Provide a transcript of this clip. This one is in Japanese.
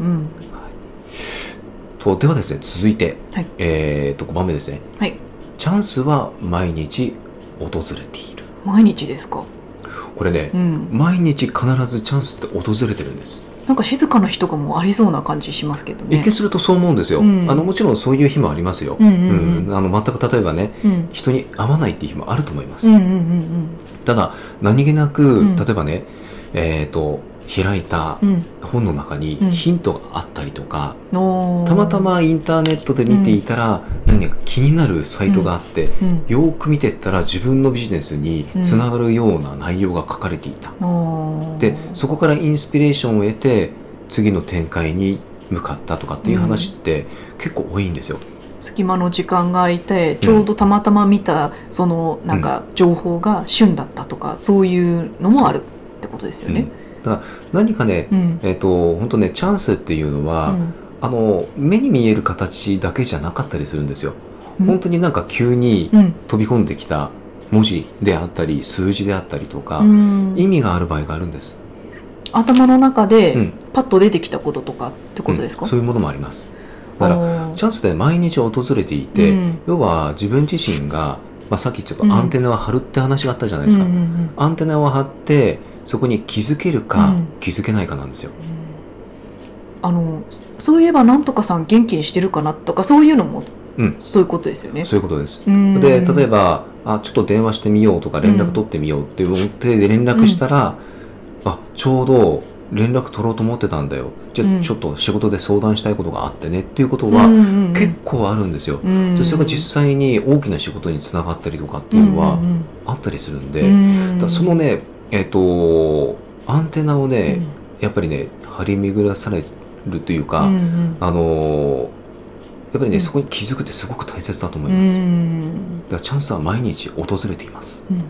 うん。とではですね続いて、はいえー、と5番目ですねはい。チャンスは毎日訪れている毎日ですか。これねう、ん。毎日必ずチャンスって訪れてるんです、なんか静かな日とかもありそうな感じしますけどね。一見するとそう思うんですよ、うんあのもちろんそういう日もありますよ、うんううんうん。あの全く例えばねうん。人に会わないっていう日もあると思います、うんうんうんただ何気なうくん例えばね、えっ、と開いたうん。うん本の中にうんヒントがあったりとか、おーたまた、まインターネットで見ていたら、何か気になるサイトがあって、うん、よーく見てったら自分のビジネスにつながるような内容が書かれていた、おーでそこからインスピレーションを得て次の展開に向かったとかっていう話って結構多いんですよ、隙間の時間が空いてちょうどたまたま見たそのなんか情報が旬だったとかそういうのもあるってことですようねん。だから何かね、うんえっと本当ねチャンスっていうのは、あの目に見える形だけじゃなかったりするんですよ、うん本当になんか急にうん飛び込んできた文字であったり数字であったりとか、うん意味がある場合があるんです、頭の中うでんパッと出てきたこととかってことですか、うんそういうものもありますだかららチャンスで毎日訪れていて、うん要は自分自身が、まあ、さっきちょっとアンテナを張るって話があったじゃないですか、うんうんうんアンテナを張ってそこに気づけるか、うん気づけないかなんですよあのそういえばなんとかさん元気にしてるかなとかそういうのもうんそういうことですよね。そういうことです、うんで例えばあちょっと電話してみようとか連絡取ってみようって思って連絡したら、あちょうど連絡取ろうと思ってたんだよじゃうあんちょっと仕事で相談したいことがあってねっていうことは、うんうんうん結構あるんですよ、うんでそれが実際に大きな仕事につながったりとかっていうのはんんあったりするんで、うんだからそのねえっ、とアンテナをね、やっぱりね張り巡らされるというか、うんうんあのーやっぱりね、うんそこに気づくってすごく大切だと思ういんます、うんだからチャンスは毎日訪れていますうんうん